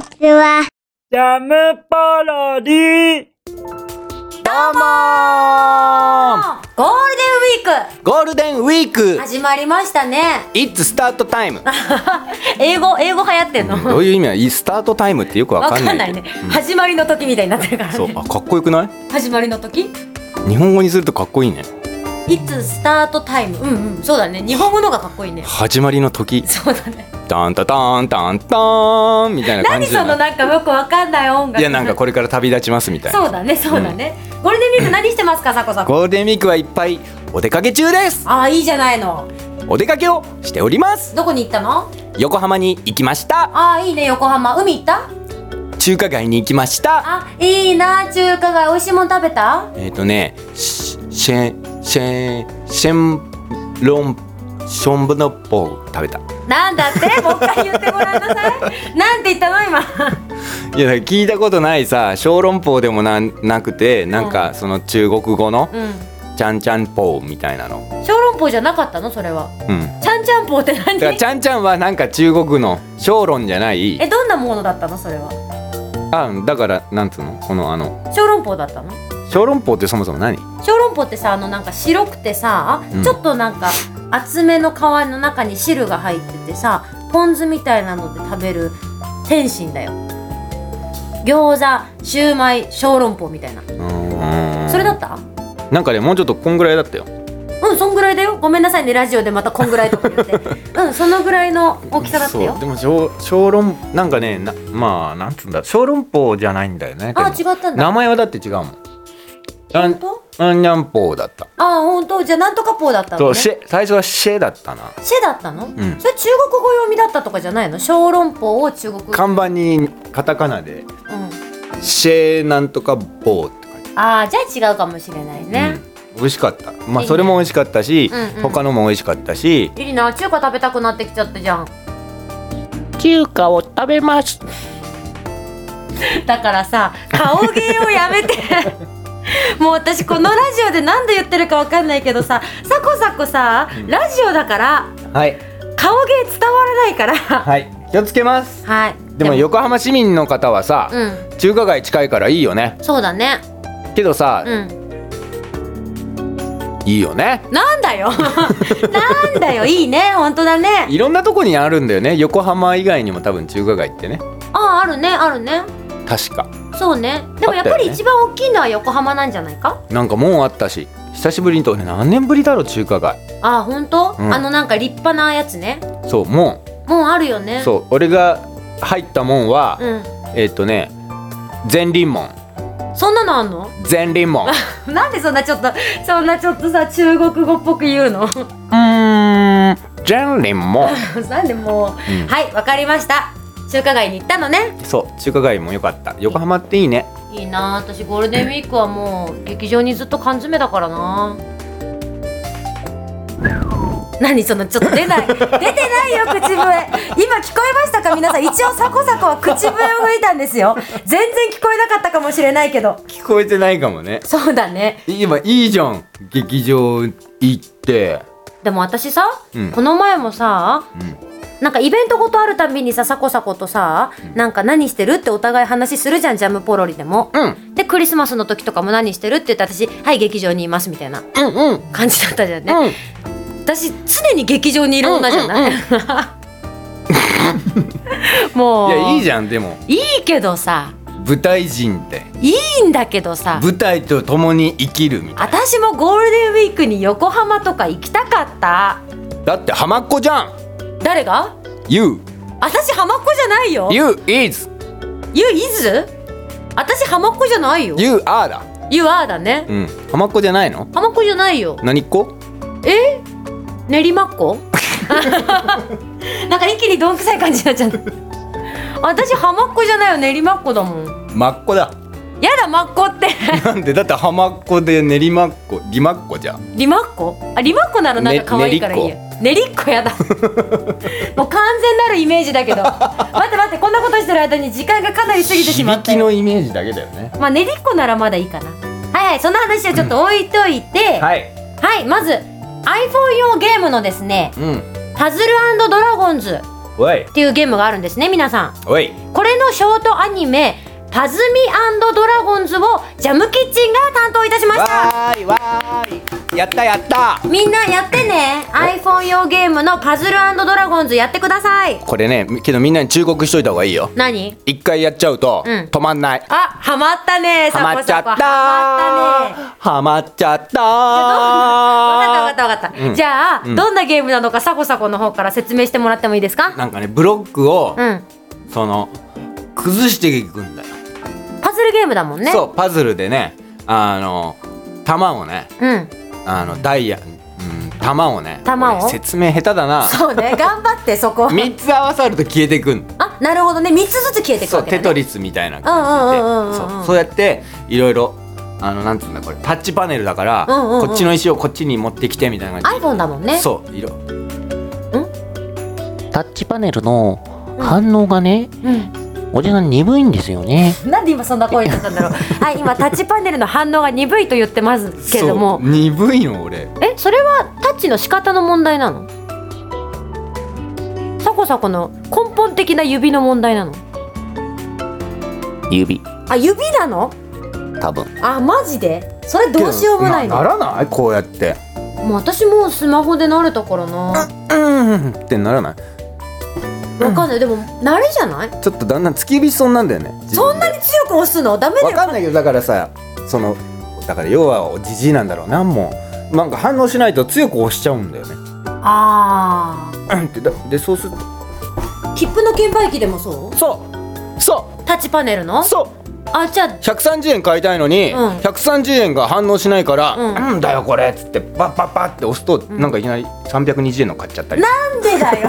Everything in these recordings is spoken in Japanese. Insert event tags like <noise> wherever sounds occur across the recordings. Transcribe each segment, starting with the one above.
ちは。ジャムパロディどうもーゴールデンウィーゴールデンウィークク始まりましたね It's start time 英語英語流行ってんのどういう意味ないスタートタイムってよくわわかんかないんないね、始まりの時みたいになってるからそうねあかっこよくない始まりの時日本語にするとかっこいいね It's start time うんうんそうだね日本語の方がかっこいいね始まりの時そうだねダンタタンタンタンみたいな感何じじそゃなのいなんかよくわかんない音楽いやなんかこれから旅立ちますみたいなそうだねそうだね、ゴールデンウィーク何してますかさこさんゴールデンウィークはいっぱいお出かけ中ですああいいじゃないのお出かけをしておりますどこに行ったの横浜に行きましたああいいね横浜海行った中華街に行きましたあいいな中華街美味しいもん食べたえっ、とねシシェンシェンシェンロンションブノッポを食べたなんだって <laughs> もう一回言ってごらんなさいなんて言ったの今いやだから聞いたことないさ小籠包でもなんなくてなんかその中国語のうんちゃんちゃんぽうみたいなの小籠包じゃなかったのそれはうんちゃんちゃんぽうって何だからちゃんちゃんはなんか中国の小籠じゃないえどんなものだったのそれはあだからなんつうのこのあの小籠包だったの小籠包ってそもそも何小籠包ってさあのなんか白くてさ、うんちょっとなんか厚めの皮の中に汁が入っててさポン酢みたいなので食べる天津だよ餃子シューマイ小籠包みたいなそれだったなんかねもうちょっとこんぐらいだったようんそんぐらいだよごめんなさいねラジオでまたこんぐらいとか言って <laughs> うんそのぐらいの大きさだったそうよでも小小籠なんかねなまあなんつうんだ小籠包じゃないんだよねあで違もったんだ名前はだって違うもんあ本ん当あんにゃんぽうだったあ本当じゃあなんとかぽうだったのそねうシェ最初はシェだったなシェだったの、んそれ中国語読みだったとかじゃないの小籠包を中国語、看板にカタカナでうん、 「シェなんとか棒」って書いてああじゃあ違うかもしれないある、ね、うん、美味しかったいまいあねそれも美味しかったし、うんうん他のも美味しかったしいいな中華食べたくなってきちゃったじゃん中華を食べますだからさ顔芸をやめ <laughs> てもう私このラジオで何で言ってるかわかんないけどさサコサコさラジオだからはい顔芸伝わらないからははい気をつけますいでも横浜市民の方はさ、うん中華街近いからいいよねそうだねけどさ、うんいいよねなんだよ <laughs> なんだよいいね本当だねいろんなとこにあるんだよね横浜以外にも多分中華街ってねあああるねあるね確かそうねでもやっぱりあったよね一番大きいのは横浜なんじゃないかなんかもうあったし久しぶりにとね何年ぶりだろう中華街あ本当、うんあのなんか立派なやつねそうももうあるようねうそう俺が入ったもんは、んえっ、とね前輪門そんなのあんの前 <laughs> 輪門うなんでそんなちょっとそんなちょっとさ中国語っぽく言うの <laughs> ーん前輪門なんでもう、うんはいわかりました中華街に行ったのねそう中華街も良かった横浜っていいねいいなあ私ゴールデンウィークはもう劇場にずっと缶詰だからな何そのちょっと出ない出てないよ口笛今聞こえましたか皆さん一応サコサコは口笛を吹いたんですよ全然聞こえなかったかもしれないけど聞こえてないかもねそうだね今いいじゃん劇場行ってでも私さ、うんこの前もさなんかイベントごとあるたびにさサコサコとさ、なんか何してるってお互い話するじゃんジャムポロリでも、うん、うん、でクリスマスの時とかも何してるって言って私「はい劇場にいます」みたいなうんうん感じだったじゃんね、うん私常に劇場にいる女じゃない、も <laughs> いうやいいゃじゃんでもんいいけどさ舞台人っていいんだけどさ舞台と共に生きるみたい私もゴールデンウィークに横浜とか行きたかっただって浜っ子じゃん誰が You 私浜っ子じゃないよ You is You is? 私浜っ子じゃないよ You are だ You are だねうん浜っ子じゃないの浜っ子じゃないよ何っ子練馬っ子 <laughs> なんか一気にどんくさい感じになっちゃった私浜っ子じゃないよ練馬っ子だもんまっこだやだまっこってなんでだって浜っ子で練馬っ子リマっ子じゃんリマッコあリマッコならなんか可愛いからいいよねりっこ <laughs> やだもう完全なるイメージだけど待って待ってこんなことしてる間に時間がかなり過ぎてしまっ響たきよのイメージだけだよねまあねりっこならまだいいかなはいはいその話はちょっと置いといて、はい、はいまず iPhone 用ゲームのですねうんパズルドラゴンズおいっていうゲームがあるんですね皆さんおいこれのショートアニメ「パズミドラゴンズ」をジャムキッチンが担当いたしましたわーいわーいやったやったみんなやってね iPhone 用ゲームの「パズルドラゴンズ」やってくださいこれねけどみんなに忠告しといた方がいいよ何一回やっちゃうと、うん止まんないあハマったねハサマコっちゃサっコたーハマったねハマっちゃったわかった <laughs> わかっーたわかった、うんじゃあ、どんなゲームなのかサコサコの方から説明してもらってもいいですかなんかねブロックを、うんその崩していくんだよ、パズルゲームだもんねそうパズルでねあの玉をねうんあのダイヤ、うん、玉をね玉を俺説明下手だなそうね <laughs> 頑張ってそこ3つ合わさると消えてくんあなるほどね3つずつ消えてくそわうけだ、テね、トリスみたいな感うんうんうんうんうんじでそうそうやっていろいろあのなんつうんだこれタッチパネルだから、うんうんうんこっちの石をこっちに持ってきてみたいな感じ iPhone だもんねそう色タッチパネルの反応がね、う、ん、俺が鈍いんですよね。なんで今そんな声になったんだ <laughs> ろうはい今タッチパネルの反応が鈍いと言ってますけどもそう鈍いの俺えそれはタッチの仕方の問題なのサコサコの根本的な指の問題なの指、あ指なの多分。あマジでそれどうしようもないのならないこうやってもう私もうスマホで慣れたからなわうんってならないかんないでも慣れじゃないちょっとだんだん突き火しそうになんだよねそんなに強く押すのダメだわよかんないけどだからさそのだから要はじじいなんだろうなもうなんか反応しないと強く押しちゃうんだよねあーうんってだでそうする切符の券売機でもそそうそうタッチパネルうのそうあじゃあ130円買いたいのに、うん130円が反応しないから「うんなんだよこれ」っつってパッパッパッって押すと、なんかいきなり320円の買っちゃったりなんでだよ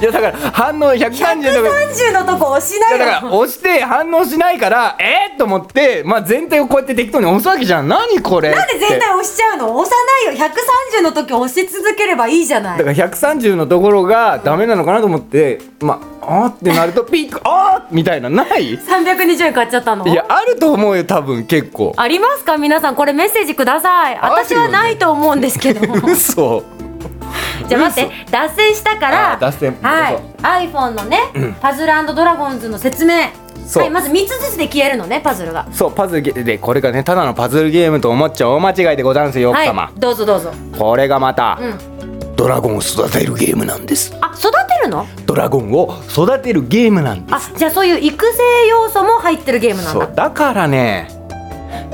いやだから反応130円の130のとこ押しいなやいだからよ押して反応しないからえっ、と思って、まあ、全体をこうやって適当に押すわけじゃん何これなんで全体押しちゃうの押さないよ130の時押し続ければいいじゃないだから130のところがダメなのかなと思って、まああーってなる <laughs> とピックあーみたいなないい320円買っちゃったのやあると思うよ多分結構ありますか皆さんこれメッセージくださいあるよね私はないと思うんですけど <laughs> 嘘じゃあ待って脱線したからあー脱線はい iPhone のね、パズルドラゴンズの説明そうはいまず3つずつで消えるのねパズルがそうパズルゲでこれがねただのパズルゲームと思っちゃ大間違いでござんすよ奥様、はいどうぞどうぞこれがまた、うんドラゴンを育てるゲームなんですあ育てるのドラゴンを育てるゲームなんですあじゃあそういう育成要素も入ってるゲームなんそだうだからね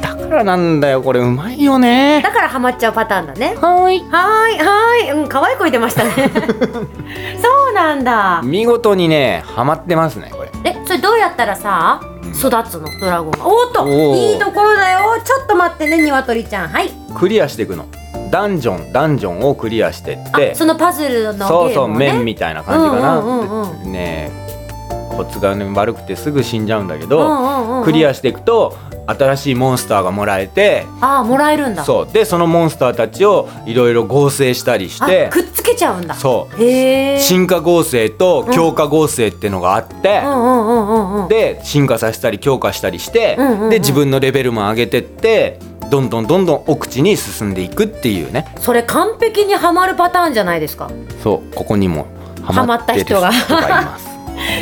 だからなんだよこれうまいよねだからハマっちゃうパターンだねはーい。はーいはーいうん可愛い声出ま <laughs> したねそうなんだ見事にねハマってますねこれえそれどうやったらさ育つのドラゴンがおーっとおーいいところだよちょっと待ってねニワトリちゃんはいクリアしていくのダンジョンダンジョンをクリアしてっあてそのパズルのそうゲそーうムをね面みたいな感じかな、うんうんうんねえコツが、ね、悪くてすぐ死んじゃうんだけうど、んうんうんうんクリアしていくと新しいモンスターがもらえてあーもらえるんだそうでそのモンスターたちをいろいろ合成したりしあてくっつけちゃうんだそうへえ進化合成と強化合成ってのがあって、うんうんうんうんうんで進化させたり強化したりして、うんうんうんで自分のレベルも上げてってどんどんどんどん奥地に進んでいくっていうねそれ完璧にはまるパターンじゃないですかそうここにもハマってる人ハマがったい人がます <laughs>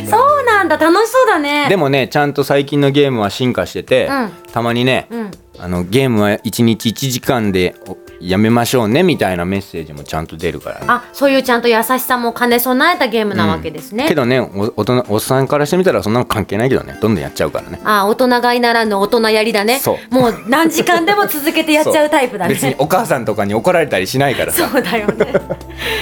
そうなんだ楽しそうだねでもねちゃんと最近のゲームは進化してて、うんたまにね、うんあのゲームは1日1時間でおやめましょうねみたいなメッセージもちゃんと出るからねあそういうちゃんと優しさも兼ね備えたゲームなわけですね、けどねお大人おっさんからしてみたらそんなの関係ないけどねどんどんやっちゃうからねあ大人買いならぬ大人やりだねそうもう何時間でも続けてやっちゃうタイプだね別にお母さんとかに怒られたりしないからそさう <laughs> だよね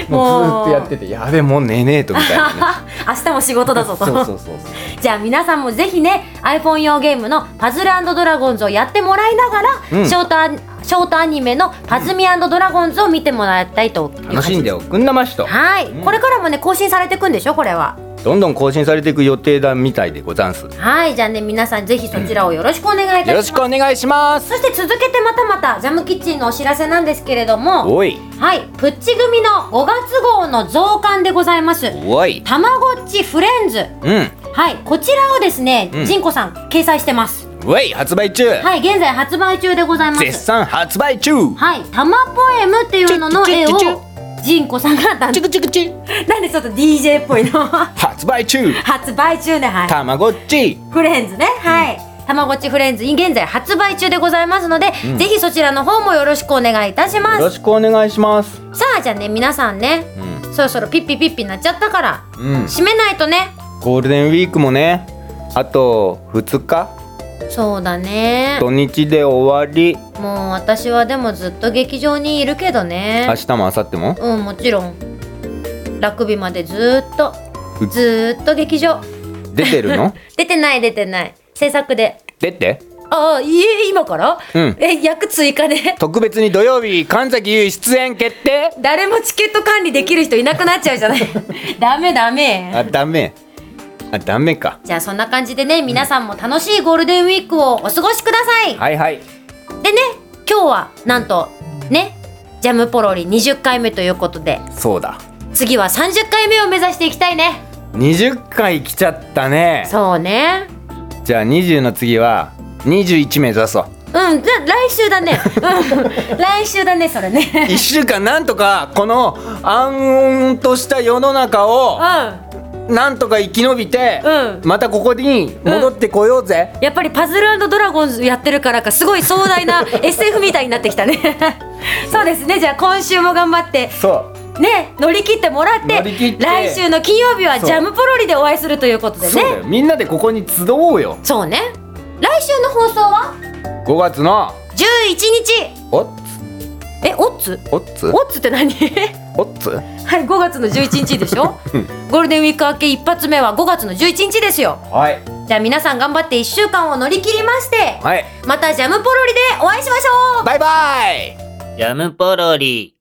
もうずーっとやってててやべもう寝ねえとみたいなね明日も仕事だぞとそうそうそうそうじゃあ皆さんもぜひね iPhone 用ゲームの「パズルドラゴンズ」をやってもらいながら、うんショートアニショートアニメの「パズミドラゴンズ」を見てもらいたいと楽しんでおくんなましとはい、うんこれからもね更新されていくんでしょこれはどんどん更新されていく予定だみたいでござんすよはいじゃあね皆さんぜひそちらをよろしくお願いいたします、ろしくお願いしますそして続けてまたまたジャムキッチンのお知らせなんですけれどもおいはい、プッチ組の5月号の増刊でございます。おいたまごっちフレンズ。うんはい、こちらをですね、うんジンコさん掲載してます。おい発売中はい、現在発売中でございま絶す。賛発売中はい、たまポエムっていうのの絵チュッチュッチュッチをジンコさんが担チクチクチ当なんでちょっと DJ っぽいの <laughs> 発売中発売中ねはいたまごっちフレンズねはい、たまごっちフレンズ現在発売中でございますので、ぜひそちらの方もよろしくお願いいたしまよろすしくお願いしますさあじゃあね皆さんねうんそろそろピッピピッピになっちゃったからうん閉めないとねゴールデンウィークもねあと2日そうだね土日で終わりもう私はでもずっと劇場にいるけどね明日も明後日もうんもちろんラグビーまでずーっとうずーっと劇場出て <laughs> るの出てない出てない制作で出てああいえ今から、うんえ役追加で特別に土曜日神崎優衣出演決定誰もチケット管理できる人いなくなっちゃうじゃ <laughs> ないダメダメあダメあダメかじゃあそんな感じでね皆さんも楽しいゴールデンウィークをお過ごしください、はいはいでね今日はなんとねジャムポロリ20回目ということでそうだ次は30回目を目指していきたいね20回来ちゃったねそうねじゃあ20の次は21目指そううんじゃあ来週だね <laughs> うん来週だねそれね1週間なんとかこの暗穏とした世の中をうなんとか生き延びて、うんまたここに戻ってこようぜ、んやっぱりパズルドラゴンズやってるからかすごい壮大 <laughs> な SF みたいになってきたねそうですねじゃあ今週も頑張ってそうね乗り切ってもらって乗り切って来週の金曜日はそうジャムポロリでお会いするということでねそうだよみんなでここに集おうよそうね来週の放送は5月の11日おっえオッツつおっつオッツって何おっつはい5月の11日でしょゴールデンウィーク明け一発目は5月の11日ですよはいじゃあ皆さん頑張って1週間を乗り切りましてはいまたジャムポロリでお会いしましょうバイバイジャムポロリ。